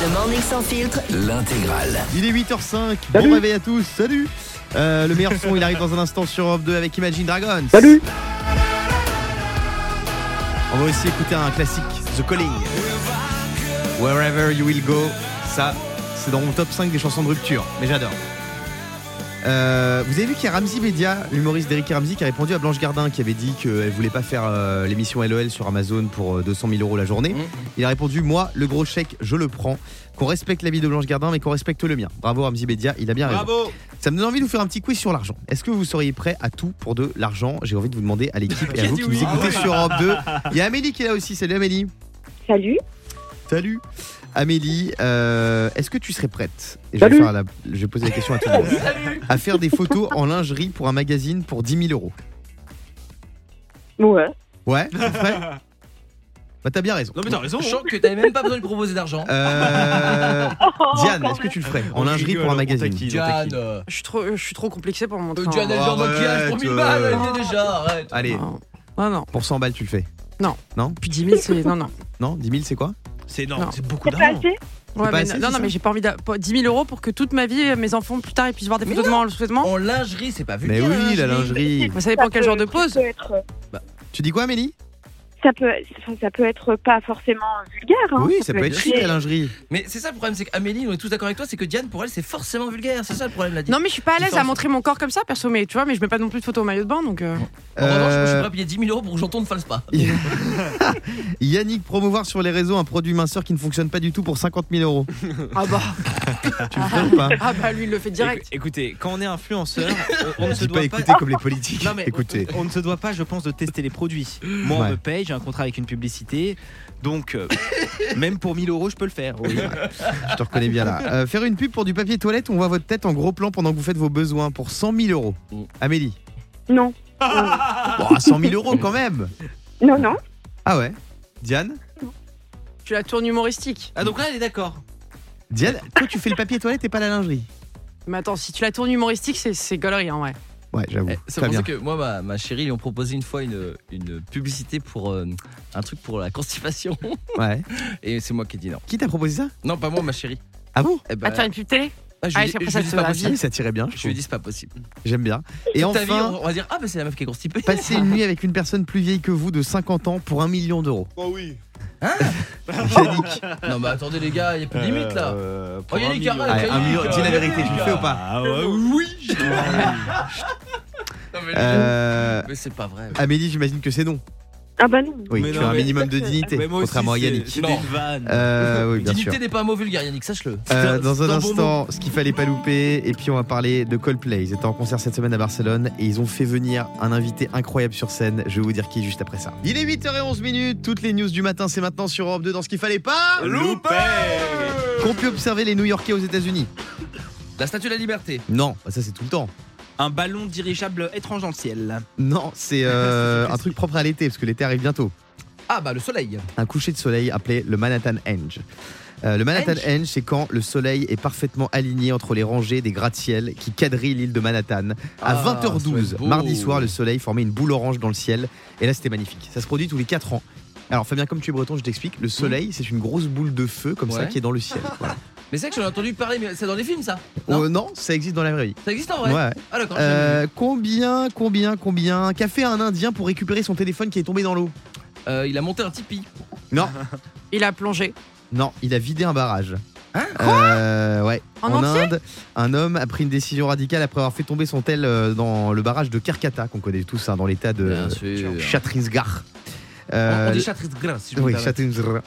Le Morning Sans Filtre, L'intégrale. Il est 8h05, bon réveil à tous, salut Euh, Le meilleur son, il arrive dans un instant sur Europe 2 avec Imagine Dragons. Salut On va aussi écouter un classique, The Calling. Wherever You Will Go, ça, c'est dans mon top 5 des chansons de rupture, mais j'adore. Euh, vous avez vu qu'il y a Ramzi Bedia, l'humoriste d'Eric Ramzi, qui a répondu à Blanche Gardin, qui avait dit qu'elle voulait pas faire euh, l'émission LOL sur Amazon pour euh, 200 000 euros la journée. Il a répondu Moi, le gros chèque, je le prends. Qu'on respecte la vie de Blanche Gardin, mais qu'on respecte le mien. Bravo Ramzi Bedia, il a bien raison. Bravo Ça me donne envie de vous faire un petit quiz sur l'argent. Est-ce que vous seriez prêt à tout pour de l'argent J'ai envie de vous demander à l'équipe et à vous qui nous Ah écoutez sur Europe 2. Il y a Amélie qui est là aussi. Salut Amélie. Salut. Salut. Amélie, euh, est-ce que tu serais prête Et je vais, faire la- je vais poser la question à tout le monde. À faire des photos en lingerie pour un magazine pour 10 000 euros. Ouais. Ouais, tu es prêt Bah t'as bien raison. Non mais t'as raison Je hein. sens que t'avais même pas besoin de lui proposer d'argent. Ah, Euh, Diane, encore est-ce que tu le ferais On en lingerie Oh, rigole, pour un on magazine taquine. Diane, euh, Je suis trop, je suis trop complexée pour mon Euh, train. Diane, elle vient en Arrête, maquillage pour 1000 balles, elle vient déjà, arrête. Allez, Non, non, non. pour 100 balles tu le fais. Puis 10 000, c'est. Non, non. Non 10 000 c'est quoi hein. C'est énorme, Non. c'est beaucoup C'est pas Oh. d'argent. assez Ouais, pas mais assez, non, c'est non, ça mais j'ai pas envie d'a- pas- 10 000 euros pour que toute ma vie, mes enfants plus tard, ils puissent voir des photos de moi en le sous-vêtement. En lingerie, c'est pas hein, vu. Mais oui, la lingerie. Vous savez pour Ça quel peut- genre de ça pose peut être- Tu dis quoi Amélie ça peut, enfin, ça peut être pas forcément vulgaire. hein. Oui, ça peut être chic la très- lingerie. Mais c'est ça le problème, c'est qu'Amélie, on est tous d'accord avec toi, c'est que Diane, pour elle, c'est forcément vulgaire, c'est ça le problème, la Diane. Non, mais je suis pas à l'aise à Différence. montrer mon corps comme ça, perso, mais tu vois, mais je mets pas non plus de photos au maillot de bain, donc. euh, En revanche, je Euh, suis prêt à payer 10 000 euros pour que j'entende false pas. Yannick, promouvoir sur les réseaux un produit minceur qui ne fonctionne pas du tout pour 50 000 euros. Ah bah, Tu le ferais ou pas ah bah, lui, il le fait direct. Écou- Écoutez, quand on est influenceur, on, on ne Je se dis pas doit pas. écouter comme les politiques. Non, mais- Écoutez. On ne se doit pas, je pense, de tester les produits. Moi, Ouais. on me paye, j'ai un contrat avec une publicité, donc euh, même pour 1000 euros, je peux le faire. oui. Je te reconnais bien là. Euh, faire une pub pour du papier toilette où on voit votre tête en gros plan pendant que vous faites vos besoins pour 100 000 euros. Mm. Amélie Non, Ah. Bon, 100 000 euros quand même non, non. Ah ouais Diane Tu la tournes humoristique. Ah, donc là, elle est d'accord. Diane, toi tu fais le papier toilette et pas la lingerie Mais attends, si tu la tournes humoristique, c'est, c'est galerie, hein, ouais. Ouais, j'avoue. Eh, C'est Très pour ça bien. que moi, ma, ma chérie, ils ont proposé une fois une, une publicité pour euh, un truc pour la constipation. Ouais. Et c'est moi qui ai dit non. Qui t'a proposé ça Non, pas moi, ma chérie. Ah bon Eh ben, À te faire une pub télé ah, je Ah, lui j'ai dis- pris je ça lui dis, de c'est pas la possible. Oui, ça tirait bien. Je Je lui dis trouve. c'est pas possible. J'aime bien. Et Toute ta vie, enfin, on on va dire ah bah c'est la meuf qui est constipée. passer une nuit avec une personne plus vieille que vous de 50 ans pour 1 million d'euros. Non mais attendez les gars, il y a plus Euh, Euh, de limite là. Oh, il y a les carrés, Allez, ça y un est, million, euh, dis la vérité, tu le fais ou pas Ah ouais, oui Non, mais, Euh, mais c'est pas vrai. Amélie, j'imagine que c'est non. Ah bah non. Oui, Mais tu non, as un mais- minimum de dignité, Mais moi aussi, contrairement à c'est- Yannick. c'était une vanne. Euh, oui, bien sûr. Dignité n'est pas un mot vulgaire, Yannick, sache-le. Euh, C'est dans un c'est bon mot. instant, ce qu'il fallait pas louper, et puis on va parler de Coldplay. Ils étaient en concert cette semaine à Barcelone et ils ont fait venir un invité incroyable sur scène. Je vais vous dire qui juste après ça. Il est 8h11 minutes. Toutes les news du matin, c'est maintenant sur Europe 2 dans ce qu'il fallait pas Qu'ont pu observer les New Yorkais aux États-Unis La statue de la liberté. Non, bah ça c'est tout le temps. Un ballon dirigeable étrange dans le ciel. Non, c'est euh, C'est classique. un truc propre à l'été parce que l'été arrive bientôt. Ah bah le soleil. un coucher de soleil appelé le Manhattan Henge. Euh, le Manhattan Henge Henge, c'est quand le soleil est parfaitement aligné entre les rangées des gratte-ciel qui quadrillent l'île de Manhattan. À Ah, ça va être 20h12, beau. mardi soir, le soleil formait une boule orange dans le ciel. Et là, c'était magnifique. Ça se produit tous les 4 ans. Alors, Fabien, comme tu es breton, je t'explique. Le soleil, c'est une grosse boule de feu comme Hmm. ça Ouais. qui est dans le ciel. Voilà. Mais c'est vrai que j'en ai entendu parler, mais c'est dans les films ça. Non. Oh, non, ça existe dans la vraie vie. Ça existe en vrai. Ouais. Ah d'accord. j'ai Euh, combien, combien, combien Qu'a fait un Indien pour récupérer son téléphone qui est tombé dans l'eau vu. Euh, il a monté un tipi. Non, Il a plongé. Non, il a vidé un barrage. Hein Euh, ouais. En entier Inde, un homme a pris une décision radicale après avoir fait tomber son tel euh, dans le barrage de Kerkata, qu'on connaît tous, hein, dans l'état de Bien sûr. Chhatrisgarh. On- Euh, On dit chatrice grince si je me oui, permets. Chhatrisgarh.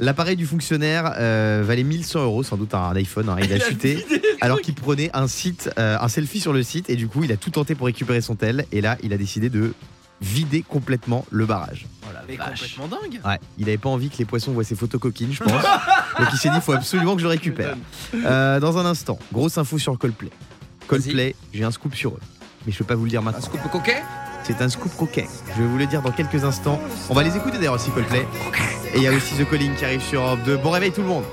L'appareil du fonctionnaire euh, valait 1100 euros, sans doute un iPhone. hein, il a chuté alors qu'il prenait un site, euh, un selfie sur le site, et du coup, il a tout tenté pour récupérer son tel. Et là, il a décidé de vider complètement le barrage. Oh la Mais vache. complètement dingue. Ouais, il avait pas envie que les poissons voient ses photos coquines, je pense. Donc il s'est dit, il faut absolument que je récupère. Euh, dans un instant, grosse info sur Coldplay. Coldplay, j'ai un scoop sur eux. Mais je peux pas vous le dire Un maintenant. scoop coquet C'est un scoop coquet. Je vais vous le dire dans quelques instants. On va les écouter d'ailleurs aussi Coldplay. Et il y a aussi The Calling qui arrive sur Europe 2. Bon réveil tout le monde.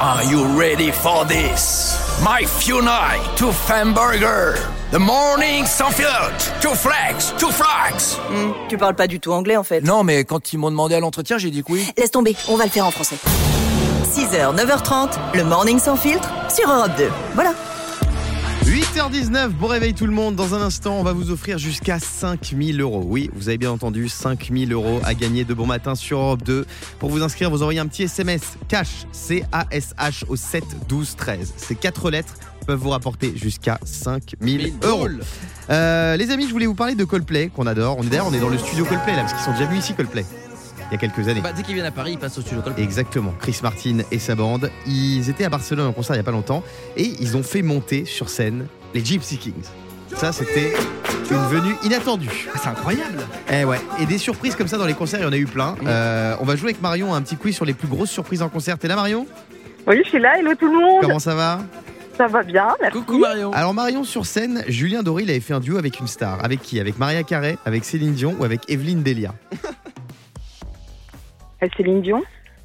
Are you ready for this? My Funai to Famburger. The morning sans filtre. To flex, to flex. Hmm, tu parles pas du tout anglais en fait. Non, mais quand ils m'ont demandé à l'entretien, j'ai dit que oui. Laisse tomber, on va le faire en français. 6h, 9h30, le morning sans filtre sur Europe 2. Voilà. 8h19, bon réveil tout le monde. Dans un instant, on va vous offrir jusqu'à 5000 euros. Oui, vous avez bien entendu, 5000 euros à gagner de bon matin sur Europe 2. Pour vous inscrire, vous envoyez un petit SMS CASH, C-A-S-H au 7 12 13. Ces quatre lettres peuvent vous rapporter jusqu'à 5000 euros. Euh, les amis, je voulais vous parler de Coldplay qu'on adore. On est d'ailleurs, on est dans le studio Coldplay là, parce qu'ils sont déjà venus ici Coldplay il y a quelques années. Bah, dès qu'ils viennent à Paris, ils passent au studio Coldplay. Exactement, Chris Martin et sa bande. Ils étaient à Barcelone en concert il n'y a pas longtemps et ils ont fait monter sur scène les Gypsy Kings. Ça, c'était une venue inattendue. Ah, c'est incroyable. Eh ouais. Et des surprises comme ça dans les concerts, il y en a eu plein. Euh, on va jouer avec Marion à un petit quiz sur les plus grosses surprises en concert. T'es là, Marion Oui, je suis là. Hello tout le monde. Comment ça va Ça va bien. Merci. Coucou Marion. Alors, Marion, sur scène, Julien Doré, il avait fait un duo avec une star. Avec qui Avec Maria Carré, avec Céline Dion ou avec Evelyne Delia Euh, Céline Dion.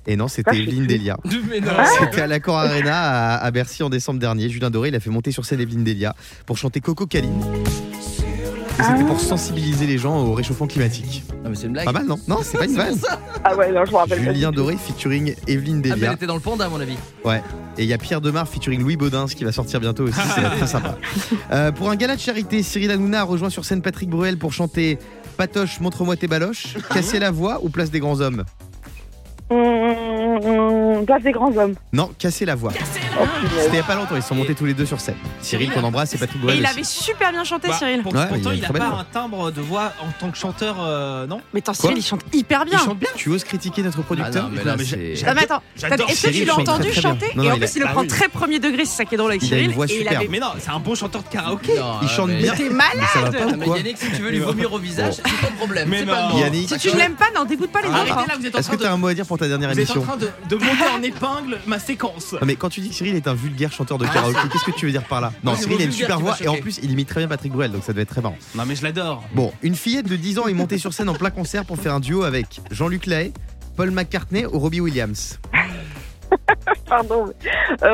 Et Eh non, c'était Ah, je sais Evelyne plus. Delia. Mais non. C'était à l'Accor Arena à, à Bercy en décembre dernier. Julien Doré, il a fait monter sur scène Evelyne Delia pour chanter Coco Caline. Et C'était pour sensibiliser les gens au réchauffement climatique. Non, mais c'est une blague. Pas mal, non Non, c'est pas une vanne. Ah ouais, non, je me rappelle pas. Julien Doré featuring Evelyne Ah, mais elle Delia. était dans le panda, à mon avis. Et il y a Pierre Demar featuring Louis Baudin, ce qui va sortir bientôt aussi. C'est très sympa. Euh, pour un gala de charité, Cyril Hanouna a rejoint sur scène Patrick Bruel pour chanter Patoche, montre-moi tes baloches, Casser la voix ou Place des grands hommes Hum, hum, Place des grands hommes. Non, Casser la voix. Oh, punaise. C'était il y a pas longtemps, ils sont montés tous les deux sur scène. Cyril qu'on embrasse et Patrick Bruel. Et il aussi. avait super bien chanté, Bah, Cyril. pour- Ouais, pourtant, il est il a très pas bien. un timbre de voix en tant que chanteur, euh, non Mais attends, Cyril, il chante hyper bien. Il chante bien. Tu oses critiquer notre producteur Ah non, mais Non, là, mais j'ai- c'est- j'ai- Non, mais attends, J'adore est-ce que tu Cyril, l'as il chante entendu très, très bien. chanter Non, Et non, en il plus, a- il le ah prend oui. très premier degré, c'est ça qui est drôle avec Il a une Cyril. voix et il superbe. avait- Mais non, c'est un bon chanteur de karaoké. Non, Il chante mais- bien. Mais T'es ça va malade pas ou Mais quoi Yannick, si tu veux lui vomir au visage, c'est ton problème. Mais c'est pas non. le mien. Yannick, Si tu ne l'aimes pas, n'en dégoûte pas les Arrêtez autres. hein. là, vous êtes en est-ce que tu train de. as un mot à dire pour ta dernière Vous êtes en émission train de, de monter en épingle ma séquence. non mais quand tu dis que Cyril est un vulgaire chanteur de karaoké, qu'est-ce que tu veux dire par là Non, Ouais, c'est Cyril le a une vulgaire super qui voix m'a et en choqué. plus il imite très bien Patrick Bruel, donc ça devait être très marrant. Non mais je l'adore. Bon, une fillette de 10 ans est montée sur scène en plein concert pour faire un duo avec Jean-Luc Lahaye, Paul McCartney ou Robbie Williams. Pardon. mais-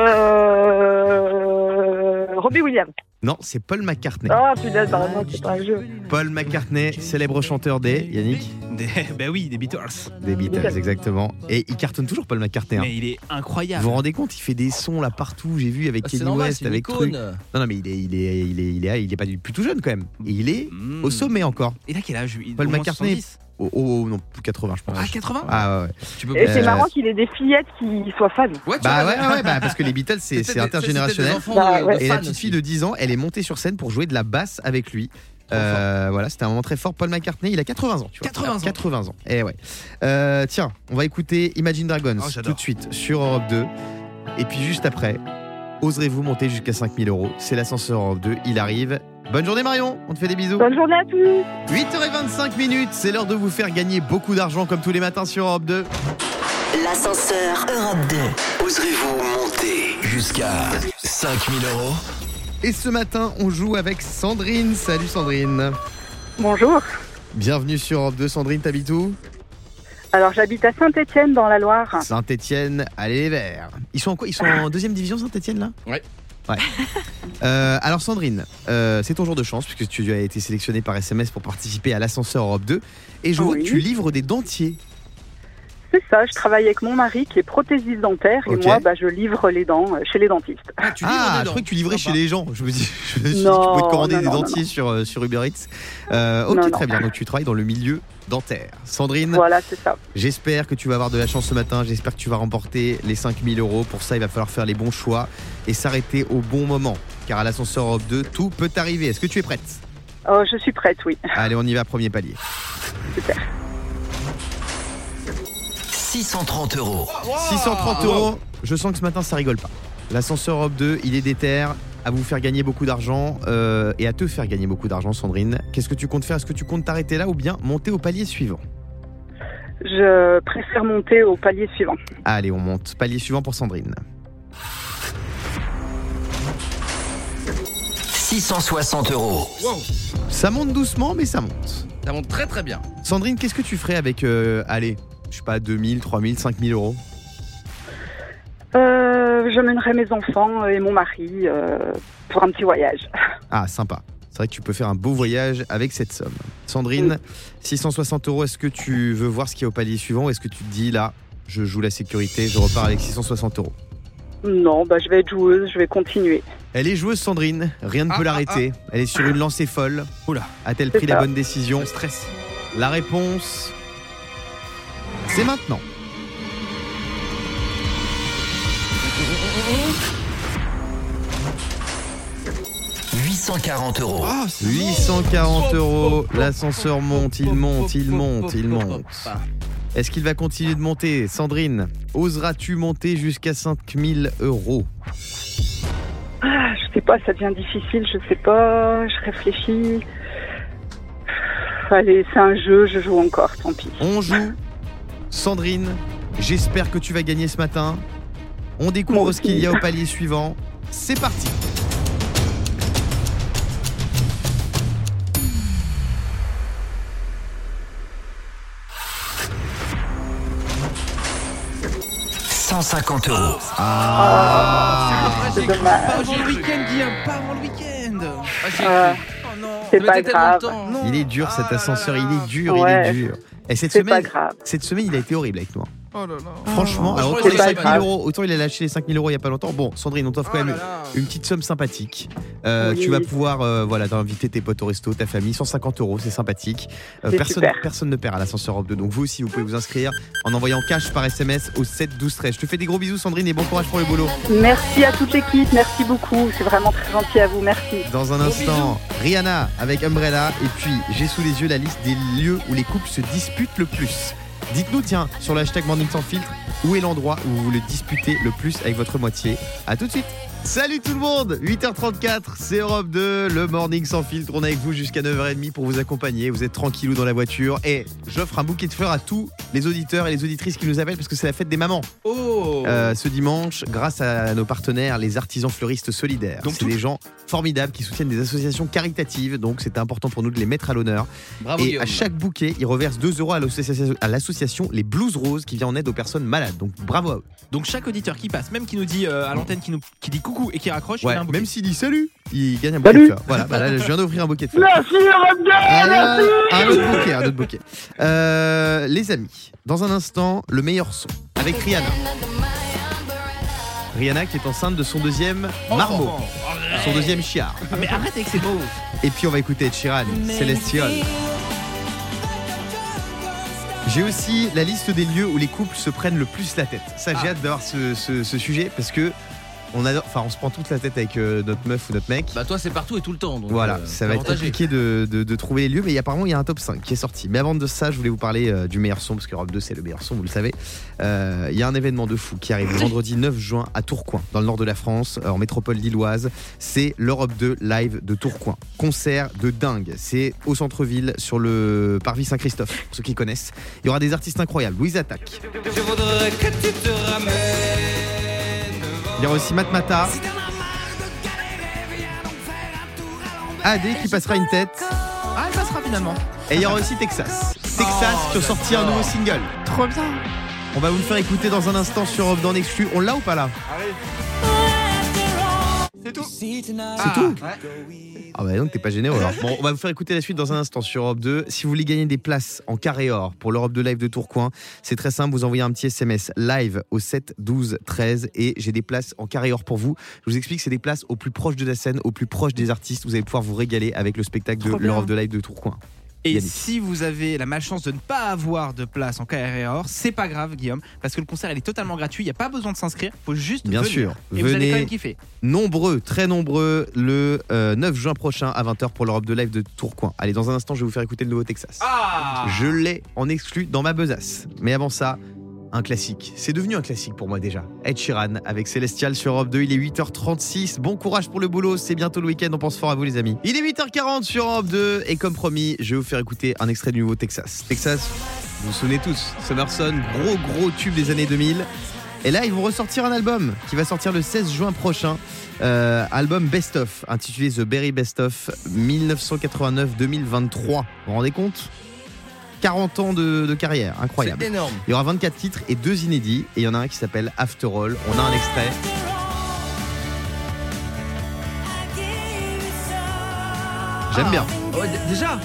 Euh... Robbie Williams. Non, c'est Paul McCartney. Oh punaise, pardon, c'est pas un jeu. Paul McCartney, célèbre chanteur des Yannick, Des- bah oui, des Beatles. des Beatles exactement. Et il cartonne toujours Paul McCartney. hein. Mais il est Vous incroyable. vous rendez compte, il fait des sons là partout. J'ai vu avec Ah, C'est Kenny normal, West, c'est une avec truc. icône. Non, non, mais il est, il est, il est, il est, il est pas du plus tout jeune quand même. Et il est Mm. Hmm. au sommet encore. Il a quel âge lui Paul Au moins McCartney. 70? Oh, oh, oh, non, 80, je pense. Ah 80 Ah ouais, ouais. Tu peux Et pas- c'est Euh, marrant qu'il ait des fillettes qui soient fans. Ouais, tu Bah vois, ouais, ouais, ouais, bah, parce que les Beatles, c'est c'était c'est des- intergénérationnel. c'était des enfants Bah, de- ouais. de Et la fans petite aussi. fille de 10 ans, elle est montée sur scène pour jouer de la basse avec lui. Trop Euh, voilà, c'était un moment très fort. Paul McCartney, il a 80 ans, tu vois. 80 ans. 80 ans. Eh ouais. Euh, tiens, on va écouter Imagine Dragons Oh, j'adore. tout de suite sur Europe 2. Et puis juste après, oserez-vous monter jusqu'à 5000 euros C'est l'ascenseur Europe 2, il arrive. Bonne journée Marion, on te fait des bisous. Bonne journée à tous. 8h25 minutes, c'est l'heure de vous faire gagner beaucoup d'argent comme tous les matins sur Europe 2. L'ascenseur Europe 2. Oserez-vous monter jusqu'à 5000 euros Et ce matin, on joue avec Sandrine. Salut Sandrine. Bonjour. Bienvenue sur Europe 2, Sandrine, t'habites où Alors j'habite à Saint-Étienne dans la Loire. Saint-Etienne, allez les verts. Ils sont en quoi Ils sont en deuxième division Saint-Etienne là Ouais. Ouais. Euh, alors Sandrine, euh, c'est ton jour de chance puisque tu as été sélectionnée par SMS pour participer à l'ascenseur Europe 2 et je vois Oui. que tu livres des dentiers. C'est ça, je travaille avec mon mari qui est prothésiste dentaire Ok. et moi bah, je livre les dents euh, chez les dentistes. Ah, tu livres ah, dedans. je croyais que tu livrais Sympa. chez les gens. Je me, dis, je me suis dit que tu Non, pouvais te commander non, des non, dentiers Sur, euh, sur Uber Eats. Euh, ok, Non, non. très bien. Donc tu travailles dans le milieu dentaire. Sandrine, Voilà, c'est ça. J'espère que tu vas avoir de la chance ce matin, j'espère que tu vas remporter les 5000 euros. Pour ça, il va falloir faire les bons choix et s'arrêter au bon moment. Car à l'ascenseur Europe 2, tout peut arriver. Est-ce que tu es prête Oh, je suis prête, oui. Allez, on y va, premier palier. 630 euros. 630 euros, je sens que ce matin, ça rigole pas. L'ascenseur Europe 2, il est déter à vous faire gagner beaucoup d'argent euh, et à te faire gagner beaucoup d'argent, Sandrine. Qu'est-ce que tu comptes faire Est-ce que tu comptes t'arrêter là ou bien monter au palier suivant Je préfère monter au palier suivant. Allez, on monte. Palier suivant pour Sandrine. 660 euros. Ça monte doucement, mais ça monte. Ça monte très très bien. Sandrine, qu'est-ce que tu ferais avec, euh, allez, je sais pas, 2000, 3000, 5000 euros Euh, euh, j'emmènerai mes enfants euh, et mon mari euh, pour un petit voyage. Ah, sympa. C'est vrai que tu peux faire un beau voyage avec cette somme. Sandrine, 660 euros, est-ce que tu veux voir ce qu'il y a au palier suivant ou est-ce que tu te dis là, je joue la sécurité, je repars avec 660 euros Non, bah, je vais être joueuse, je vais continuer. Elle est joueuse Sandrine, rien ne Ah, peut ah, l'arrêter. Elle est sur une lancée folle. Oula. A-t-elle C'est pris la ça. bonne décision Stress. La réponse, c'est maintenant. euros. Ah, c'est 840 euros, l'ascenseur monte, il monte, il monte, il monte. Est-ce qu'il va continuer de monter Sandrine, oseras-tu monter jusqu'à 5000 euros Ah, je sais pas, ça devient difficile, je sais pas, je réfléchis. Allez, c'est un jeu, je joue encore, tant pis. On joue. Sandrine, j'espère que tu vas gagner ce matin. On Moi découvre aussi. ce qu'il y a au palier suivant. C'est parti. euros. Ah. C'est dommage. Pas avant le week-end, Guillaume, pas avant le week-end. Ah, Oh non. c'est Je pas mettais tellement de grave. temps. Non. Il est dur cet Ah là ascenseur, là il là. est dur, il Ouais. est dur. Et cette C'est pas semaine, grave. cette semaine, il a été horrible avec nous. hein. Oh là là. Franchement, alors je autant crois les que c'est 5000 pas grave. euros, autant il a lâché les 5000 euros il y a pas longtemps. Bon, Sandrine, on t'offre Oh quand là même là. une petite somme sympathique. Euh, Oui. Tu vas pouvoir, euh, voilà, t'inviter tes potes au resto, ta famille, 150 euros, c'est sympathique. Euh, C'est personne, super. personne ne perd à l'ascenseur Europe 2. Donc vous aussi, vous pouvez vous inscrire en envoyant cash par SMS au 7 12 13. Je te fais des gros bisous, Sandrine, et bon courage pour le boulot. Merci à toute l'équipe, merci beaucoup. C'est vraiment très gentil à vous, merci. Dans un instant, Rihanna avec Umbrella. Et puis, j'ai sous les yeux la liste des lieux où les couples se disputent le plus. Dites-nous, tiens, sur le hashtag Morning Sans Filtre, où est l'endroit où vous le disputez le plus avec votre moitié. À tout de suite. Salut tout le monde 8h34, c'est Europe 2, le Morning Sans Filtre. On est avec vous jusqu'à 9h30 pour vous accompagner. Vous êtes tranquillou dans la voiture. Et j'offre un bouquet de fleurs à tous les auditeurs et les auditrices qui nous appellent parce que c'est la fête des mamans. Oh. Euh, ce dimanche grâce à nos partenaires, les artisans fleuristes solidaires. Donc c'est tout- des gens formidables qui soutiennent des associations caritatives, donc c'était important pour nous de les mettre à l'honneur. Bravo, Et Guillaume. à chaque bouquet, ils reversent 2 euros à l'association- à l'association Les Blues Roses qui vient en aide aux personnes malades. Donc bravo à eux. Donc chaque auditeur qui passe, même qui nous dit euh, à l'antenne, qui, nous, qui dit coucou et qui raccroche, il a un bouquet. Même s'il dit salut, il gagne un bouquet de fleurs. Voilà, bah là, je viens d'offrir un bouquet de fleurs. Merci, Europe 2, Allez, merci. un autre bouquet, un autre bouquet. Euh, les amis, dans un instant, le meilleur son avec Rihanna. Rihanna qui est enceinte de son deuxième marmot, son deuxième chiard. Ah, mais arrête avec ces mots. Et puis on va écouter Ed Sheeran, Celestial. J'ai aussi la liste des lieux où les couples se prennent le plus la tête. Ça, j'ai hâte d'avoir ce, ce- ce sujet parce que on adore, enfin, on se prend toute la tête avec euh, notre meuf ou notre mec. Bah toi c'est partout et tout le temps. Donc, Voilà, euh, ça va être avantagé. compliqué de, de- de trouver les lieux, mais apparemment il y a un top 5 qui est sorti. Mais avant de ça, je voulais vous parler euh, du meilleur son, parce que Europe 2 c'est le meilleur son, vous le savez. Euh, Il y a un événement de fou qui arrive le vendredi 9 juin à Tourcoing, dans le nord de la France, euh, en métropole lilloise. C'est l'Europe 2 live de Tourcoing. Concert de dingue, c'est au centre-ville, sur le parvis Saint-Christophe, pour ceux qui connaissent. Il y aura des artistes incroyables, Louise Attaque. Il y aura aussi Matt Matar. AD qui passera une tête. Ah, elle passera finalement. Et il y aura aussi Texas. Texas qui ont sorti un nouveau single. Trop bien. On va vous le faire écouter dans un instant sur Europe dans Exclu. On l'a ou pas là C'est tout. C'est tout Ah bah donc t'es pas généreux alors. Bon, on va vous faire écouter la suite dans un instant sur Europe 2. Si vous voulez gagner des places en carré or pour l'Europe 2 live de Tourcoing, c'est très simple, vous envoyez un petit SMS live au 7 12 13 et j'ai des places en carré or pour vous. Je vous explique, c'est des places au plus proche de la scène, au plus proche des artistes. Vous allez pouvoir vous régaler avec le spectacle de Trop bien. l'Europe 2 live de Tourcoing. Et Yannick. si vous avez la malchance de ne pas avoir de place en KRR, or, c'est pas grave, Guillaume, parce que le concert il est totalement gratuit, il n'y a pas besoin de s'inscrire, faut juste Bien venir. sûr, Et vous allez quand venez même kiffer. nombreux, très nombreux, le euh, 9 juin prochain à 20h pour l'Europe de live de Tourcoing. Allez, dans un instant, je vais vous faire écouter le nouveau Texas. Ah Je l'ai en exclu dans ma besace. Mais avant ça, un classique. C'est devenu un classique pour moi déjà. Ed Sheeran avec Celestial sur Europe 2. Il est 8h36. Bon courage pour le boulot. C'est bientôt le week-end. On pense fort à vous, les amis. Il est 8h40 sur Europe 2. Et comme promis, je vais vous faire écouter un extrait du nouveau Texas. Texas, vous vous souvenez tous. Summerson, gros gros tube des années 2000. Et là, ils vont ressortir un album qui va sortir le 16 juin prochain. Euh, album Best Of, intitulé The Berry Best Of 1989-2023. Vous vous rendez compte 40 ans de, de carrière, C'est incroyable. énorme. Il y aura 24 titres et deux inédits, et il y en a un qui s'appelle After All. On a un extrait. J'aime bien. Ouais, d- déjà,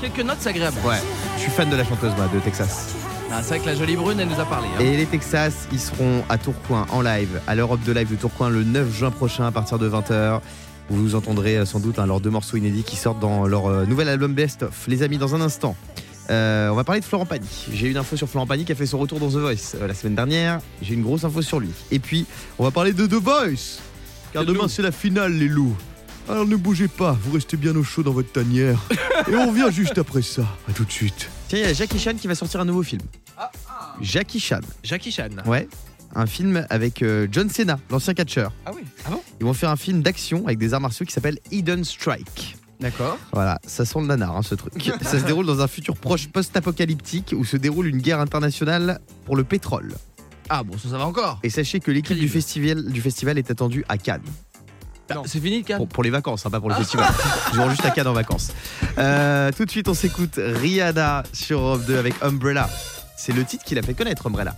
quelques notes c'est agréable. Ouais, je suis fan de la chanteuse moi, de Texas. Ah, c'est vrai que la jolie brune, elle nous a parlé. hein. Et les Texas, ils seront à Tourcoing en live, à l'Europe de live de Tourcoing le 9 juin prochain à partir de 20h. Vous entendrez euh, sans doute hein, leurs deux morceaux inédits qui sortent dans leur euh, nouvel album Best of. Les amis, dans un instant, euh, on va parler de Florent Pagny. J'ai une info sur Florent Pagny qui a fait son retour dans The Voice euh, la semaine dernière. J'ai une grosse info sur lui. Et puis, on va parler de The Voice. Car Les demain, loups. c'est la finale, les loups. Alors ne bougez pas, vous restez bien au chaud dans votre tanière. Et on revient juste après ça. À tout de suite. Tiens, il y a Jackie Chan qui va sortir un nouveau film. Jackie Chan. Jackie Chan. Ouais. Un film avec euh, John Cena, l'ancien catcheur. Ah oui. Ah bon Ils vont faire un film d'action avec des arts martiaux qui s'appelle Hidden Strike. D'accord. Voilà, ça sent le nanar hein, ce truc. ça se déroule dans un futur proche post-apocalyptique où se déroule une guerre internationale pour le pétrole. Ah bon, ça, ça va encore. Et sachez que l'équipe du Crédible. festival, du festival est attendue à Cannes. Non, Bah, C'est fini, Cam Pour, pour les vacances, hein, pas pour le festival. Ils vont juste à Cannes en vacances. Euh, tout de suite, on s'écoute Rihanna sur Europe 2 avec Umbrella. C'est le titre qui l'a fait connaître, Umbrella.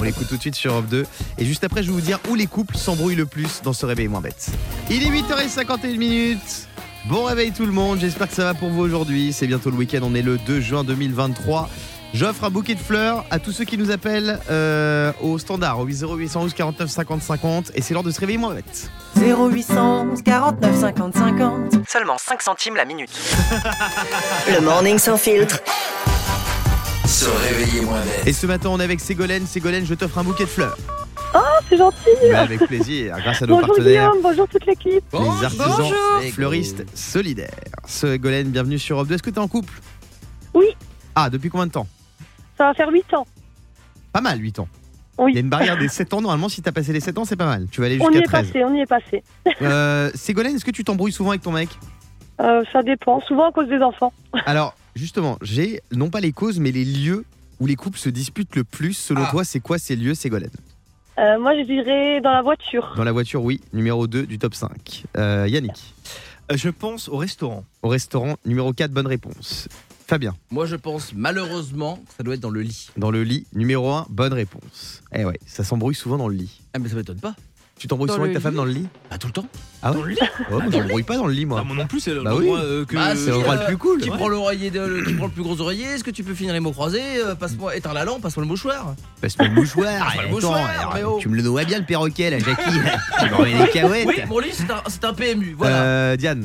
On l'écoute tout de suite sur Europe 2. Et juste après, je vais vous dire où les couples s'embrouillent le plus dans ce réveil moins bête. Il est 8h51 minutes. Bon réveil tout le monde, j'espère que ça va pour vous aujourd'hui. C'est bientôt le week-end, on est le 2 juin 2023. J'offre un bouquet de fleurs à tous ceux qui nous appellent euh, au standard au 80811 49 50 50 et c'est l'heure de se réveiller moins bête. 0800 49 50 50. Seulement 5 centimes la minute. Le morning sans filtre. Se réveiller moins bête. Et ce matin, on est avec Ségolène. Ségolène, je t'offre un bouquet de fleurs. Ah, C'est gentil. Mais avec plaisir, grâce à nos Bonjour partenaires, Guillaume, bonjour toute l'équipe. les artisans Hey, fleuristes solidaires. Ségolène, bienvenue sur Europe 2. Est-ce que t'es en couple Oui. Ah, depuis combien de temps Ça va faire 8 ans. Pas mal, 8 ans. Oui. Il y a une barrière des 7 ans. Normalement, si t'as passé les 7 ans, c'est pas mal. Tu vas aller On y jusqu'à est 13. passé, on y est passé. Euh, Ségolène, est-ce que tu t'embrouilles souvent avec ton mec Euh, ça dépend, souvent à cause des enfants. Alors, justement, j'ai non pas les causes, mais les lieux où les couples se disputent le plus. Selon toi, c'est quoi ces lieux, Ségolène Euh, moi, je dirais dans la voiture. Dans la voiture, oui. Numéro 2 du top 5. Euh, Yannick. Euh, je pense au restaurant. Au restaurant, numéro 4, bonne réponse. Fabien. Moi, je pense malheureusement que ça doit être dans le lit. Dans le lit, numéro 1, bonne réponse. Eh ouais, ça s'embrouille souvent dans le lit. Ah, mais ça m'étonne pas. Tu t'embrouilles Dans souvent avec le ta femme lit dans le lit Pas tout le temps. Ah ouais Oh, moi, j'embrouille pas dans le lit, moi. Ah, moi non plus, c'est Bah oui. l'endroit, euh, que. Bah, C'est l'endroit le plus cool. Ah, Qui prend l'oreiller de- le- qui prend le plus gros oreiller Est-ce que tu peux finir les mots croisés Euh, Passe-moi, éteins la lampe, passe-moi le mouchoir. Parce que le mouchoir, Ah, le attends, mouchoir, euh, mais oh. tu me le noies bien le perroquet, là, Jackie. tu m'en mets des cahuètes. Oui, mon lit, c'est un, c'est un PMU. Voilà. Euh, Diane,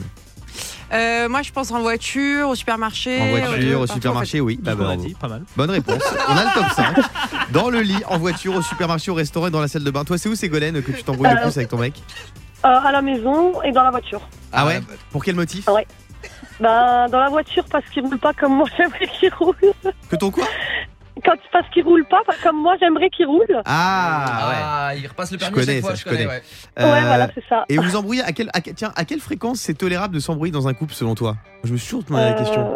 Euh, moi, je pense en voiture, au supermarché. en euh, voiture, au partout, en supermarché, oui. Bah, bravo. pas mal. Bonne réponse. On a le top 5. Dans le lit, en voiture, au supermarché, au restaurant et dans la salle de bain. Toi, c'est où, Ségolène, que tu t'embrouilles le plus avec ton mec Euh, à la maison et dans la voiture. Ah ouais Pour quel motif Ben, dans la voiture parce qu'ils roulent pas comme moi, j'aimerais qu'ils roulent. Que ton quoi Quand, parce qu'ils roulent pas pas comme moi, j'aimerais qu'ils roulent. Ah ouais. il repasse le Je permis connais chaque fois, ça, je je connais. connais. ouais. Ouais, Euh, voilà, c'est ça. Et vous embrouillez à quelle, à, que- tiens, à quelle fréquence c'est tolérable de s'embrouiller dans un couple selon toi Je me suis toujours demandé la question.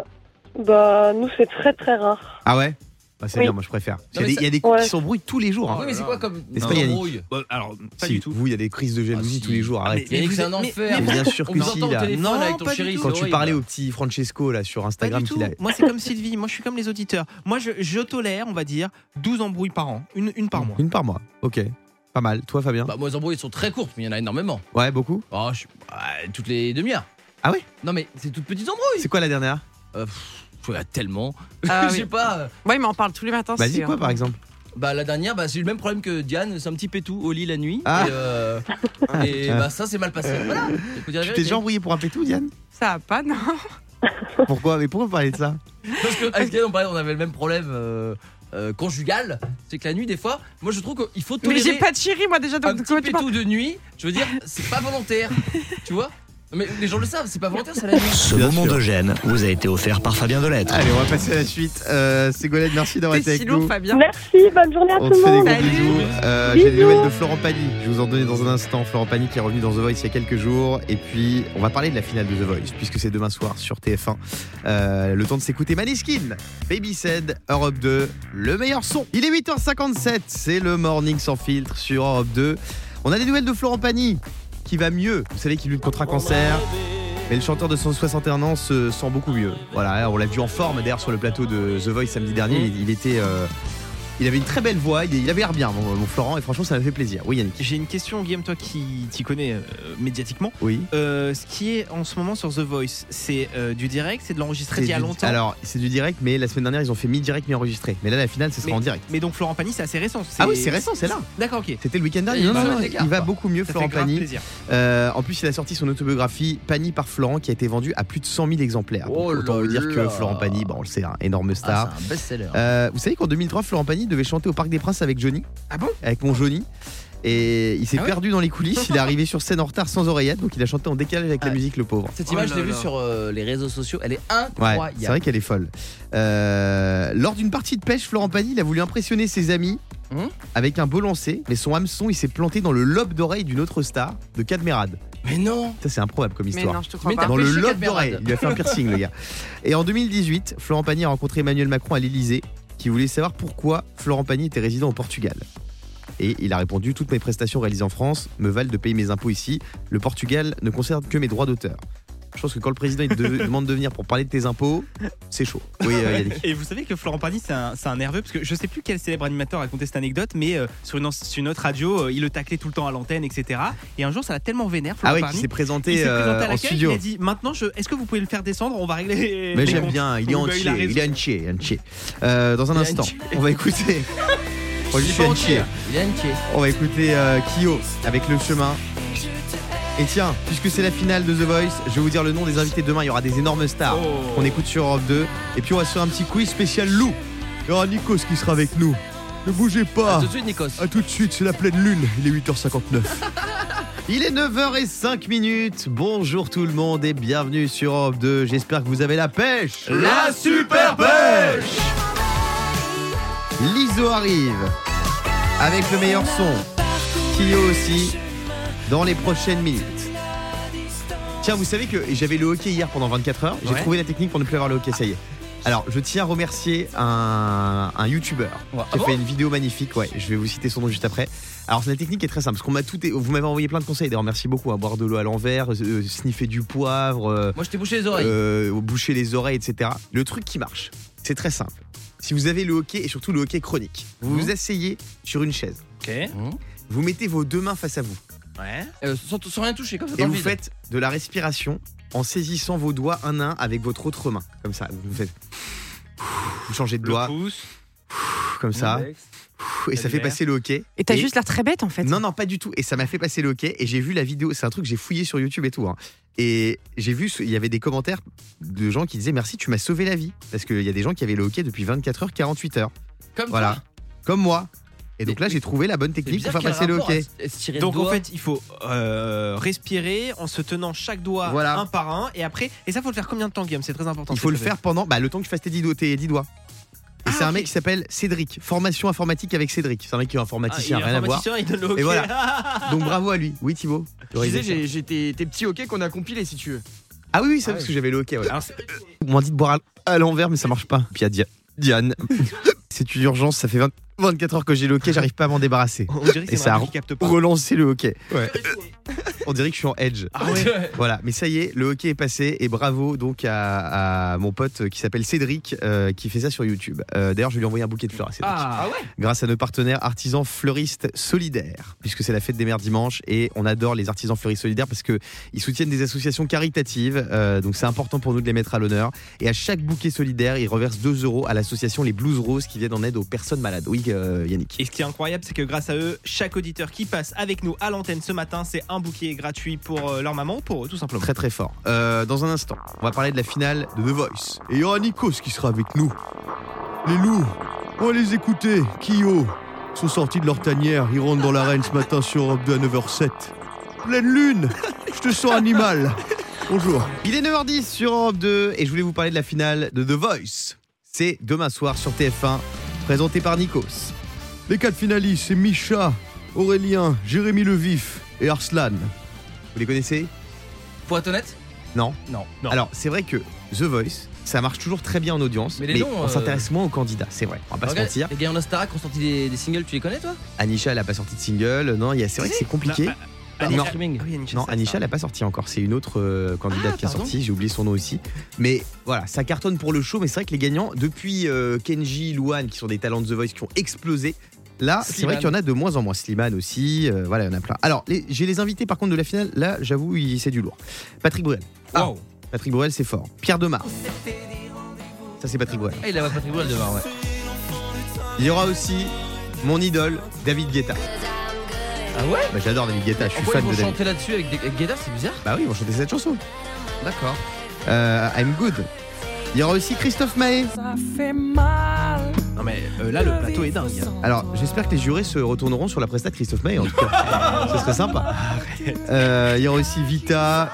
Euh, bah, nous, c'est très très rare. Ah ouais Bah, C'est oui. bien, moi je préfère. Il Non, y a mais des, ça- il y a des couples Ouais. qui s'embrouillent tous les jours. hein. Oui, mais c'est quoi comme N'est-ce pas, Yannick embrouille alors, pas Si, du tout. Vous, il y a des crises de jalousie Ah, si. tous les jours, arrête. mais- Yannick, c'est un vous- enfer. mais bien sûr On que vous si, entend au là. téléphone Non, avec ton pas du chéri. tout. c'est Quand tu horrible. parlais au petit Francesco là sur Pas Instagram du qu'il tout. a. Moi, c'est comme Sylvie. Moi, je suis comme les auditeurs. Moi, je, je tolère, on va dire, 12 embrouilles par an. Une, une par mois. Une par mois. Ok. Pas mal. Toi Fabien Bah, moi, les embrouilles sont très courtes, mais il y en a énormément. Ouais, beaucoup. Oh, je- ouais, toutes les demi-heures. Ah ouais Non, mais c'est toutes petites embrouilles. C'est quoi la dernière Euh, pff, ouais, tellement. Ah je oui. sais pas. euh, Ouais, mais on parle tous les matins. Vas-y c'est- quoi par exemple Bah, la dernière, bah, c'est le même problème que Diane. C'est un petit pétou au lit la nuit. Ah. Et, euh, et, bah, ça, c'est mal passé. Voilà. Faut dire la Tu t'es vérité. déjà embrouillé pour un pétou Diane Ça va pas, non Pourquoi Mais pourquoi vous parlez de ça Parce que avec elle, on parlait, on avait le même problème euh, euh, conjugal. C'est que la nuit, des fois, moi, je trouve qu'il faut Mais tolérer j'ai pas de chéri, moi, déjà, un donc petit comment tu parles pétou de nuit. Je veux dire, c'est pas volontaire. tu vois Mais les gens le savent, c'est pas volontaire, c'est la nuit. Ce Bien moment sûr. de gêne vous a été offert par Fabien Delettre. Allez, on va passer à la suite. Euh, Ségolène, merci d'avoir T'es été si avec lourd, nous. Fabien. Merci, bonne journée à On tout te le fait des monde. gros Salut. bisous. Euh, J'ai des Bisous. nouvelles de Florent Pagny. Je vous en donnais dans un instant. Florent Pagny qui est revenu dans The Voice il y a quelques jours. Et puis, on va parler de la finale de The Voice, puisque c'est demain soir sur TF1. Euh, le temps de s'écouter Maniskin, Baby Said, Europe 2, le meilleur son. Il est 8h57, c'est le morning sans filtre sur Europe 2. On a des nouvelles de Florent Pagny, qui va mieux. Vous savez qu'il lutte contre un cancer. Mais le chanteur de 161 ans se sent beaucoup mieux. Voilà, on l'a vu en forme d'ailleurs sur le plateau de The Voice samedi dernier. Mm. Il, il était. euh, il avait une très belle voix, il, il avait l'air bien, mon, mon Florent, et franchement, ça m'a fait plaisir. Oui, Yannick. J'ai une question, Guillaume, toi qui t'y connais euh, médiatiquement. Oui. Euh, ce qui est en ce moment sur The Voice, c'est euh, du direct, c'est de l'enregistré il y a du- longtemps. Alors, c'est du direct, mais la semaine dernière, ils ont fait mi-direct, mi-enregistré. Mais là, la finale, ce sera Mais- en direct. Mais donc Florent Pagny, c'est assez récent. Ah oui, c'est récent, c'est là. D'accord, ok. C'était le week-end dernier. Il Non, va- non, ça il t'écarte va pas. beaucoup mieux, Ça Florent fait grave Pagny. plaisir. Euh, en plus, il a sorti son autobiographie Pagny par Florent, qui a été vendue à plus de 100 000 exemplaires. Donc, Oh autant là vous dire que là. Florent Pagny, bon, on le sait, hein, énorme star. Ah, c'est un best-seller. Euh, vous savez qu'en 2003, Florent Pagny devait chanter au Parc des Princes avec Johnny Ah bon Avec mon Johnny. Et il s'est Ah ouais perdu dans les coulisses, il est arrivé sur scène en retard sans oreillette, donc il a chanté en décalage avec la Ah. musique, le pauvre. Cette Oh image, là je l'ai vue là. sur euh, les réseaux sociaux. Elle est Ouais, incroyable. c'est vrai qu'elle est folle. Euh, lors d'une partie de pêche, Florent Pagny, il a voulu impressionner ses amis Hmm avec un beau lancer, mais son hameçon, il s'est planté dans le lobe d'oreille d'une autre star, de Cadmerade. Mais non Ça, c'est improbable comme Mais histoire. non, je te crois Mais pas. t'as- dans le pêché lobe Cadmerade. d'oreille. Il lui a fait un piercing, le gars. Et en 2018, Florent Pagny a rencontré Emmanuel Macron à l'Elysée, qui voulait savoir pourquoi Florent Pagny était résident au Portugal. Et il a répondu Toutes mes prestations réalisées en France me valent de payer mes impôts ici. Le Portugal ne concerne que mes droits d'auteur. Je pense que quand le président il te de- demande de venir pour parler de tes impôts, c'est chaud. Oui, euh, Yannick. Et vous savez que Florent Pagny, c'est un, c'est un nerveux, parce que je sais plus quel célèbre animateur a raconté cette anecdote, mais euh, sur, une, an- sur une autre radio, euh, il le taclait tout le temps à l'antenne, etc. Et un jour, ça l'a tellement vénère, Florent Ah ouais, qui Pagny. s'est il présenté, s'est euh, présenté à en l'accueil, il studio. a dit maintenant, je, est-ce que vous pouvez le faire descendre On va régler. Mais les j'aime comptes. bien, il est Oui, bah, entier, il a raison. il est entier, entier. Euh, dans un Il est instant, entier. on va écouter. On va Il est juste pas entier. entier. Il est entier. On va écouter euh, Kyo avec le chemin. Et tiens, puisque c'est la finale de The Voice, je vais vous dire le nom des invités demain. Il y aura des énormes stars Oh. qu'on écoute sur Europe 2. Et puis on va se faire un petit quiz spécial loup. Il y aura Nikos qui sera avec nous. Ne bougez Ah, pas. tout de suite, Nikos. A tout de suite, c'est la pleine lune, il est 8h59. Il est 9h05 minutes. Bonjour tout le monde et bienvenue sur Europe 2. J'espère que vous avez la pêche. La super pêche L'ISO arrive avec le meilleur son. Kyo aussi dans les prochaines minutes. Tiens, vous savez que j'avais le hockey hier pendant 24 heures. J'ai Ouais. trouvé la technique pour ne plus avoir le hockey, ça y est. Alors, je tiens à remercier un, un youtubeur Ouais. qui Ah a fait une vidéo magnifique. Ouais, je vais vous citer son nom juste après. Alors la technique est très simple parce qu'on m'a tout, é- vous m'avez envoyé plein de conseils. D'ailleurs, merci beaucoup à boire de l'eau à l'envers, euh, sniffer du poivre, euh, Moi, je t'ai bouché les oreilles. euh, boucher les oreilles, etc. Le truc qui marche, c'est très simple. Si vous avez le hockey et surtout le hockey chronique, vous Mhm. vous asseyez sur une chaise, vous mettez vos deux mains face à vous Ouais. Euh, sans, sans rien toucher, comme ça. et dans le vous vide. faites de la respiration en saisissant vos doigts un à un avec votre autre main, comme ça. Vous faites, vous changez de Le doigt pouce. comme ça et ça fait l'hiver. passer le hockey. Et t'as Et- juste l'air très bête en fait. Non, non, pas du tout. Et ça m'a fait passer le hockey. Et j'ai vu la vidéo. C'est un truc que j'ai fouillé sur YouTube et tout. hein. Et j'ai vu, il y avait des commentaires de gens qui disaient merci, tu m'as sauvé la vie. Parce qu'il y a des gens qui avaient le hockey depuis 24 heures, 48 heures. Comme Voilà. toi. Comme moi. Et donc Mais- là, j'ai trouvé la bonne C'est technique pour bizarre faire quel passer le rapport à hockey. se- à se tirer le Donc en doigt. fait, il faut euh, respirer en se tenant chaque doigt Voilà. un par un, et après, et ça faut le faire combien de temps, Guillaume C'est très important. Il cette faut le période. faire pendant bah, le temps que je fasse tes 10 doigts. tes dix doigts. Et Ah, c'est un ok. mec qui s'appelle Cédric. Formation informatique avec Cédric. C'est un mec qui est informaticien, Ah, il est rien à voir. informaticien, il donne le hockey. Donc bravo à lui. Oui, Thibaut. Je disais, j'ai- j'ai tes, tes petits hockey qu'on a compilés si tu veux. Ah oui, oui, c'est parce que j'avais le hockey. ouais. Alors, c'est- On m'a dit de boire à, à l'envers, mais ça marche pas. Puis il y a Dia- Diane. C'est une urgence, ça fait 20 24 heures que j'ai le hockey, j'arrive pas à m'en débarrasser. on dirait que Et c'est ça un a- qui capte pas. Relancer le hockey. On dirait que je suis en edge. Ah ouais. Voilà, mais ça y est, le hockey est passé et bravo donc à, à mon pote qui s'appelle Cédric euh, qui fait ça sur YouTube. Euh, D'ailleurs, je lui ai envoyé un bouquet de fleurs à Cédric. Ah ouais. Grâce à nos partenaires artisans fleuristes solidaires, puisque c'est la fête des mères dimanche et on adore les artisans fleuristes solidaires parce que ils soutiennent des associations caritatives, euh, donc c'est important pour nous de les mettre à l'honneur. Et à chaque bouquet solidaire, ils reversent 2 euros à l'association Les Blues Roses qui viennent en aide aux personnes malades. Oui, euh, Yannick. Et ce qui est incroyable, c'est que grâce à eux, chaque auditeur qui passe avec nous à l'antenne ce matin, c'est un bouquet gratuit pour euh, leur maman ou pour eux, tout simplement. Très très fort. Euh, dans un instant, on va parler de la finale de The Voice. Et il y aura Nikos qui sera avec nous. Les loups, on va les écouter. Kyo ils sont sortis de leur tanière. Ils rentrent dans l'arène ce matin sur Europe 2 à 9h07. Pleine lune, je te sens animal. Bonjour. Il est 9h10 sur Europe 2 et je voulais vous parler de la finale de The Voice. C'est demain soir sur TF1, présenté par Nikos. Les quatre finalistes, c'est Micha, Aurélien, Jérémy Levif et Arslan. Vous les connaissez Pour être honnête, non. Non. Alors, c'est vrai que The Voice, ça marche toujours très bien en audience, mais, Mais les noms, on euh, s'intéresse moins aux candidats, c'est vrai. On va pas regarde, se mentir. les gars en Ostara qui ont sorti des, des singles, tu les connais, toi Anisha, elle a pas sorti de single. Non, il y a- c'est vrai que c'est compliqué. Là, Pas Non. en streaming. Ah oui, Anisha, Non, ça, Anisha, ça. elle n'a pas sorti encore. C'est une autre euh, candidate Ah, qui a pardon. sorti. J'ai oublié son nom aussi. Mais voilà, ça cartonne pour le show. Mais c'est vrai que les gagnants, depuis euh, Kenji, Luan, qui sont des talents de The Voice qui ont explosé, là, c'est vrai Slimane. qu'il y en a de moins en moins. Slimane aussi. euh, voilà, il y en a plein. Alors, les- j'ai les invités par contre de la finale. Là, j'avoue, il- c'est du lourd. Patrick Bruel. Ah, Wow. Patrick Bruel, c'est fort. Pierre Demar. Ça, c'est Patrick Bruel. Ah, il a pas Patrick Bruel demain, ouais. Il y aura aussi mon idole, David Guetta. Ah ouais Bah, J'adore David Guetta, je suis Pourquoi ils vont fan de David. chanter là-dessus avec, des- avec Guetta C'est bizarre. Bah oui, ils vont chanter cette chanson. D'accord. Euh, I'm good. Il y aura aussi Christophe Maé. Non, mais euh, là, le plateau est dingue. Alors, j'espère que les jurés se retourneront sur la presta de Christophe Maé, en tout cas. Ce serait sympa. Euh, il y aura aussi Vita.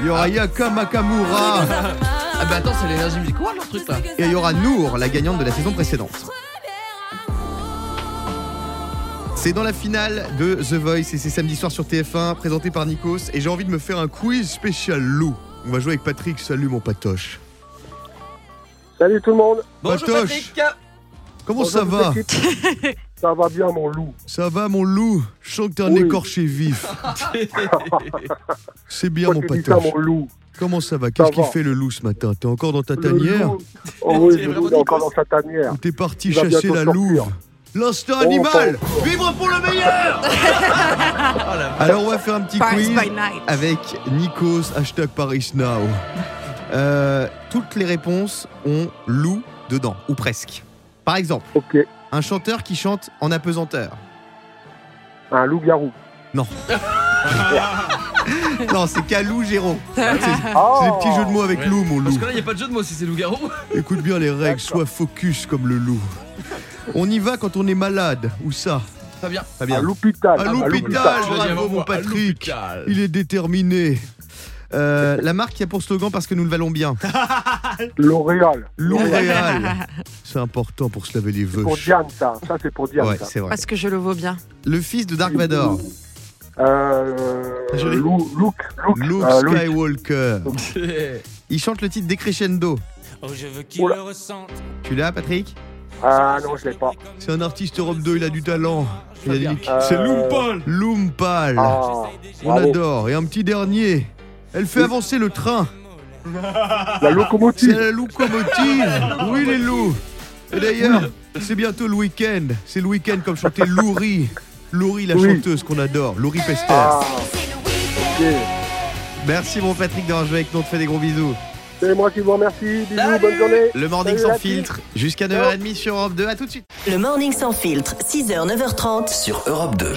Il y aura Yaka Makamura. Ah bah attends, c'est l'énergie musicale leur truc là. Et il y aura Nour, la gagnante de la saison précédente. C'est dans la finale de The Voice et c'est samedi soir sur TF1, présenté par Nikos. Et j'ai envie de me faire un quiz spécial loup. On va jouer avec Patrick. Salut mon patoche. Salut tout le monde. Bonjour Patoche. Patrick. Comment Bonjour ça toute va l'équipe. Ça va bien mon loup. Ça va mon loup Je sens que t'es un Oui. écorché vif. C'est bien mon Pourquoi tu dis ça patoche. mon loup Comment ça va Qu'est-ce Ça qui va. fait le loup ce matin T'es encore dans ta Le tanière loup. Oh oui, C'est le vraiment loup est encore dans sa tanière. ou t'es parti Il va chasser bientôt la sortir. louve L'instinct Oh, animal pardon. Vivre pour le meilleur Alors on va faire un petit Paris quiz by night. avec Nikos, hashtag Paris Now. Euh, toutes les réponses ont loup dedans, ou presque. Par exemple, Ok, un chanteur qui chante en apesanteur. un loup-garou. Non, c'est Calou Géraud. C'est Ah c'est des petits jeux de mots avec loup, mon Parce loup. que là, il n'y a pas de jeu de mots si c'est Ah loup-garou. Écoute bien les règles, sois focus comme le loup. On y va quand on est malade, ou ça Très bien. Très À bien. l'hôpital. Ah, À l'hôpital, l'hôpital. bravo mon Patrick. Il est déterminé. Euh, la marque qui a pour slogan parce que nous le valons bien. L'Oréal. L'Oréal. C'est important pour se laver les C'est vœux. pour Diane, ça. Ça, c'est pour Diane, Ouais, ça. c'est vrai. Parce que je le vaux bien. Le fils de Dark Vador, Ah, Euh, Je l'ai. Lou- Luke, Luke, Luke euh, Luke. Skywalker. Il chante le titre Décrescendo. Oh, Oula. Tu l'as, Patrick Ah non, je l'ai pas. C'est un artiste Robdo, il a du talent. Il a des- Euh, C'est Lumpal. Lumpal. Ah, On bravo. adore. Et un petit dernier. Elle fait avancer le train. La C'est locomotive. la locomotive Oui, les loups Et d'ailleurs, c'est bientôt le week-end. C'est le week-end comme chantait Loury. Loury, la Oui. chanteuse qu'on adore. Loury Pester. Ah, ok. Merci, mon Patrick, d'avoir joué avec nous. On te fait des gros bisous. C'est moi qui vous remercie. Bisous, bonne journée. Le Morning Salut, Sans la team. Filtre, jusqu'à 9h30 sur Europe 2. À tout de suite. Le Morning Sans Filtre, 6h, 9h30. Sur Europe 2.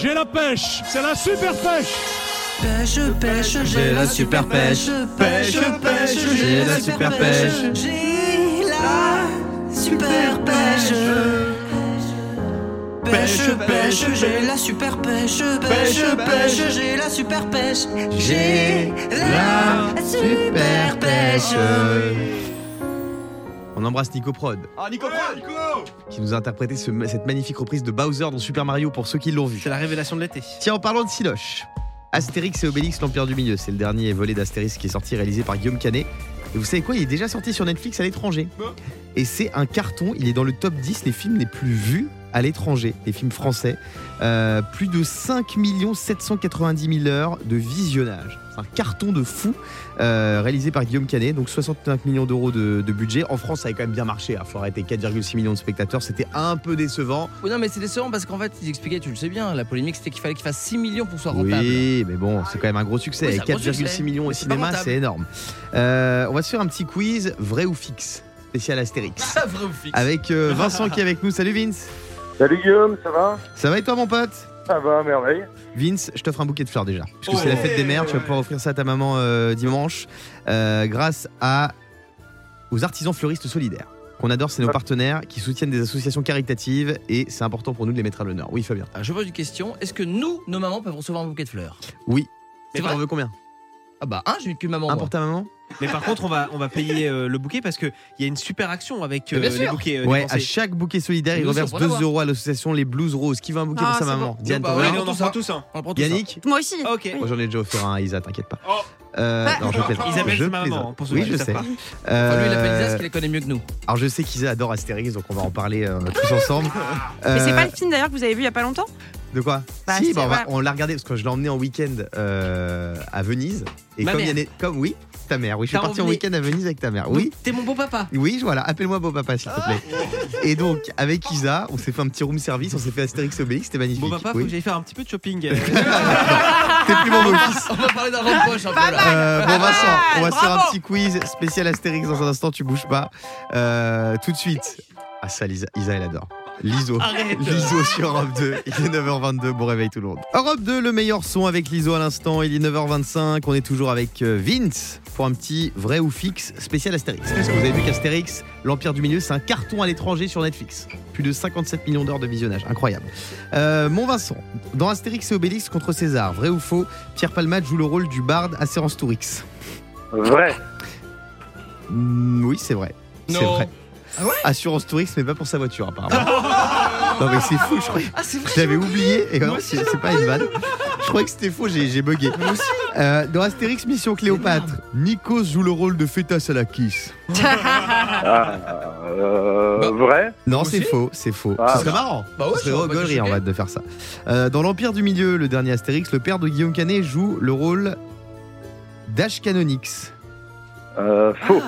Pêche, pêche, j'ai la super pêche. Pêche, pêche, j'ai la super pêche. J'ai la super pêche. Pêche, pêche, j'ai la super pêche. Pêche, pêche, j'ai la super pêche. J'ai la super pêche. On embrasse Nico Prod, Ah, Nico, prends, Nico qui nous a interprété ce- cette magnifique reprise de Bowser dans Super Mario pour ceux qui l'ont vu. C'est la révélation de l'été. Tiens, en parlant de Siloche, Astérix et Obélix, l'Empire du Milieu, c'est le dernier volet d'Astérix qui est sorti, réalisé par Guillaume Canet. Et vous savez quoi, il est déjà sorti sur Netflix à l'étranger. Et c'est un carton, il est dans le top 10 des films les plus vus à l'étranger, des films français. Euh, plus de 5 790 000 heures de visionnage. C'est un carton de fou euh, réalisé par Guillaume Canet, donc 65 millions d'euros de, de budget. En France, ça avait quand même bien marché, il faut arrêter 4,6 millions de spectateurs, c'était un peu décevant. Oui, non, mais c'est décevant parce qu'en fait, ils expliquaient, tu le sais bien, la polémique c'était qu'il fallait qu'il fasse 6 millions pour soit rentable. Oui, mais bon, c'est quand même un gros succès. Oui, Et c'est un gros 4,6 succès. millions au Mais c'est pas cinéma, rentable. c'est énorme. Euh, on va se faire un petit quiz vrai ou fixe, spécial Astérix. Ça, vrai ou fixe Avec euh, Vincent qui est avec nous. Salut Vince. Salut Guillaume, ça va Ça va et toi, mon pote Ça va, merveille. Vince, je t'offre un bouquet de fleurs déjà. Parce que c'est la fête des mères, tu vas pouvoir offrir ça à ta maman euh, dimanche. euh, grâce à aux artisans fleuristes solidaires. Qu'on adore, c'est nos partenaires qui soutiennent des associations caritatives et c'est important pour nous de les mettre à l'honneur. Oui, Fabien. Alors, Ah, je pose une question. Est-ce que nous, nos mamans, peuvent recevoir un bouquet de fleurs Oui. C'est on vrai veut combien Ah bah, un, j'ai une qu'une maman. Un moi. pour ta maman Mais par contre, on va, on va payer euh, le bouquet parce qu'il y a une super action avec euh, Mais bien les sûr. bouquets. euh, Ouais, dépensés. à chaque bouquet solidaire, Et il nous aussi, reverse on 2 pourra euros à l'association Les Blues Roses. Qui veut un bouquet Ah, pour sa c'est maman bon. Diane, Bah t'en ouais, veux un Allez, on en tout prend ça. tous un. On prend tout ça. Yannick Moi aussi. Ok. Moi j'en ai déjà offert un à Isa, t'inquiète pas. Oh. Euh, non, je plaisante. Isabelle, Je c'est ma maman, plaisante. hein, pour ceux Oui, qui je le savent sais. pas. Enfin, lui, il Euh, appelle Isa parce qu'il les connaît mieux que nous. alors je sais qu'Isa adore Astérix, donc on va en parler euh, tous ensemble. Mais c'est Euh, pas le film d'ailleurs que vous avez vu il y a pas longtemps De quoi Bah, si, c'est- bah, on, va- ouais. on l'a regardé parce que je l'ai emmené en week-end euh, à Venise. Et Ma comme, il y en mère. a- comme oui, ta mère. Oui, je suis T'as parti en emmené- week-end à Venise avec ta mère. Oui. T'es mon beau papa. Oui, voilà, appelle-moi beau papa s'il te plaît. Et donc, avec Isa, on s'est fait un petit room service, on s'est fait Astérix et Obélix, c'était magnifique. Bon, bah, papa, faut Oui. que j'aille faire un petit peu de shopping. Euh, T'es plus mon beau fils. On va parler d'argent de poche un peu là. Euh, bon Vincent, on va se faire bravo. un petit quiz spécial Astérix dans un instant, tu bouges pas. Euh, tout de suite. Ah ça, Lisa, Isa, elle adore. Liso. Arrête. Liso sur Europe 2. Il est 9h22, bon réveil tout le monde. Europe 2, le meilleur son avec l'ISO à l'instant. Il est 9h25. On est toujours avec euh, Vince pour un petit vrai ou fixe spécial Astérix. Est-ce que vous avez vu qu'Astérix, l'Empire du Milieu, c'est un carton à l'étranger sur Netflix Plus de 57 millions d'heures de visionnage. Incroyable. Euh, mon Vincent, dans Astérix et Obélix contre César, vrai ou faux, Pierre Palmade joue le rôle du barde Acérance Tourix. Vrai. Mm, oui, c'est vrai. C'est Non. vrai. Ah Assurance Tourix, mais pas pour sa voiture, apparemment. non, mais c'est fou, je croyais. Ah, c'est vrai, J'avais oublié. Et non, c'est c'est pas une vanne. Je croyais que c'était faux, j'ai j'ai bugué. Euh, dans Astérix Mission Cléopâtre, Nikos joue le rôle de Feta Salakis. Ah, euh, Vrai. Non, c'est faux, c'est faux. Ah, Ce serait bah. marrant. Bah ouais, Ce serait j'aurais pas été rigolerie, en choqué. fait, de faire ça. Euh, dans l'Empire du Milieu, le dernier Astérix, le père de Guillaume Canet joue le rôle d'Ash Canonix. Ah. Euh, faux.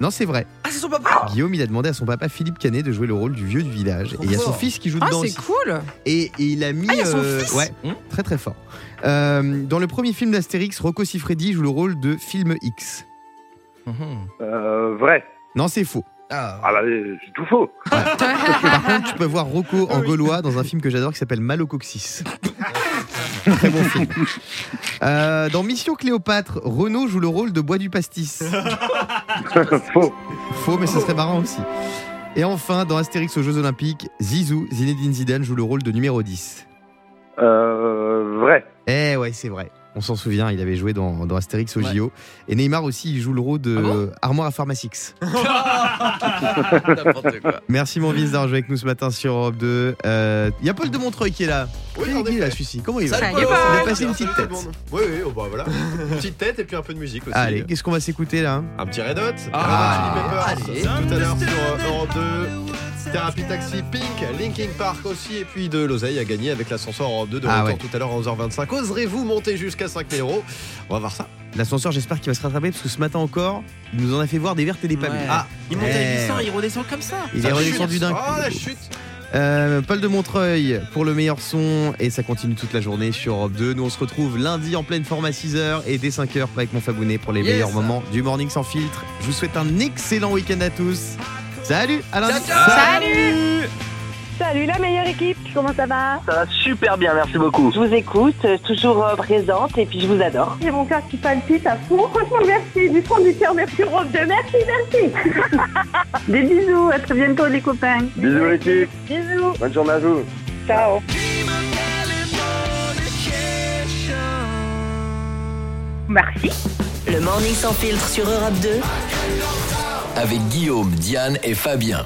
Non, c'est vrai. Ah, c'est son papa. Guillaume, il a demandé à son papa Philippe Canet de jouer le rôle du vieux du village. Et il y a son fort. fils qui joue Ah, dedans c'est aussi. cool. Et, et il a mis. Ah, il y a son euh, fils ouais, Hmm. très très fort. Euh, dans le premier film d'Astérix, Rocco Siffredi joue le rôle de Film X. Hum. Mhm. Euh, vrai. Non, c'est faux. Ah, Ah bah, euh, c'est tout faux. Par contre, tu peux voir Rocco Ah en gaulois dans un film que j'adore qui s'appelle Malocoxis. Très bon film. Euh, dans Mission Cléopâtre, Renaud joue le rôle de Bois du Pastis. faux. Faux, mais ce serait marrant aussi. Et enfin, dans Astérix aux Jeux Olympiques, Zizou, Zinedine Zidane joue le rôle de numéro 10. Euh, vrai. Eh ouais, c'est vrai. On s'en souvient, il avait joué dans, dans Astérix au Ouais. JO. Et Neymar aussi, il joue le rôle de Ah bon euh, Armoire à Pharmacix. N'importe quoi. Merci mon Vince d'avoir joué avec nous ce matin sur Europe 2. Euh, Il y a Paul de Montreuil qui est là. Oui, Il en est qui, effet. là, celui-ci Comment il va Salut, Il Paul. a passé une petite tête. Oui, oui, oh, bah voilà. petite tête et puis un peu de musique aussi. Allez, qu'est-ce qu'on va s'écouter là Un petit Red Hot. Ah. Red Hot Chili Peppers. Tout à l'heure sur euh, Europe 2. Thérapie Taxi, Pink, Linkin Park aussi, et puis de l'oseille à gagner avec l'ascenseur Europe 2 de Ah retour ouais. tout à l'heure à 11h25. Oserez-vous monter jusqu'à 5000 euros On va voir ça. L'ascenseur, j'espère qu'il va se rattraper parce que ce matin encore, il nous en a fait voir des vertes et des pas mûres. Ouais. Ah, Il monte à Eh. 800, il redescend comme ça. il est La redescendu chute. d'un Ah, Oh la coup. chute Euh, Paul de Montreuil pour le meilleur son et ça continue toute la journée sur Europe 2. Nous on se retrouve lundi en pleine forme à 6h et dès 5h avec mon Fabounet pour les Yes. meilleurs moments du Morning sans filtre. Je vous souhaite un excellent week-end à tous. Salut, à lundi. Salut Salut la meilleure équipe, comment ça va Ça va super bien, merci beaucoup. Je vous écoute, euh, toujours euh, présente et puis je vous adore. J'ai mon cœur qui palpite à fond. Franchement, merci. Du fond du cœur, merci Europe 2. Merci, merci. Des bisous, à très bientôt les copains. Bisous l'équipe. Bisous. Bonne journée à vous. Ciao. Merci. Le morning sans filtre sur Europe 2. Avec Guillaume, Diane et Fabien.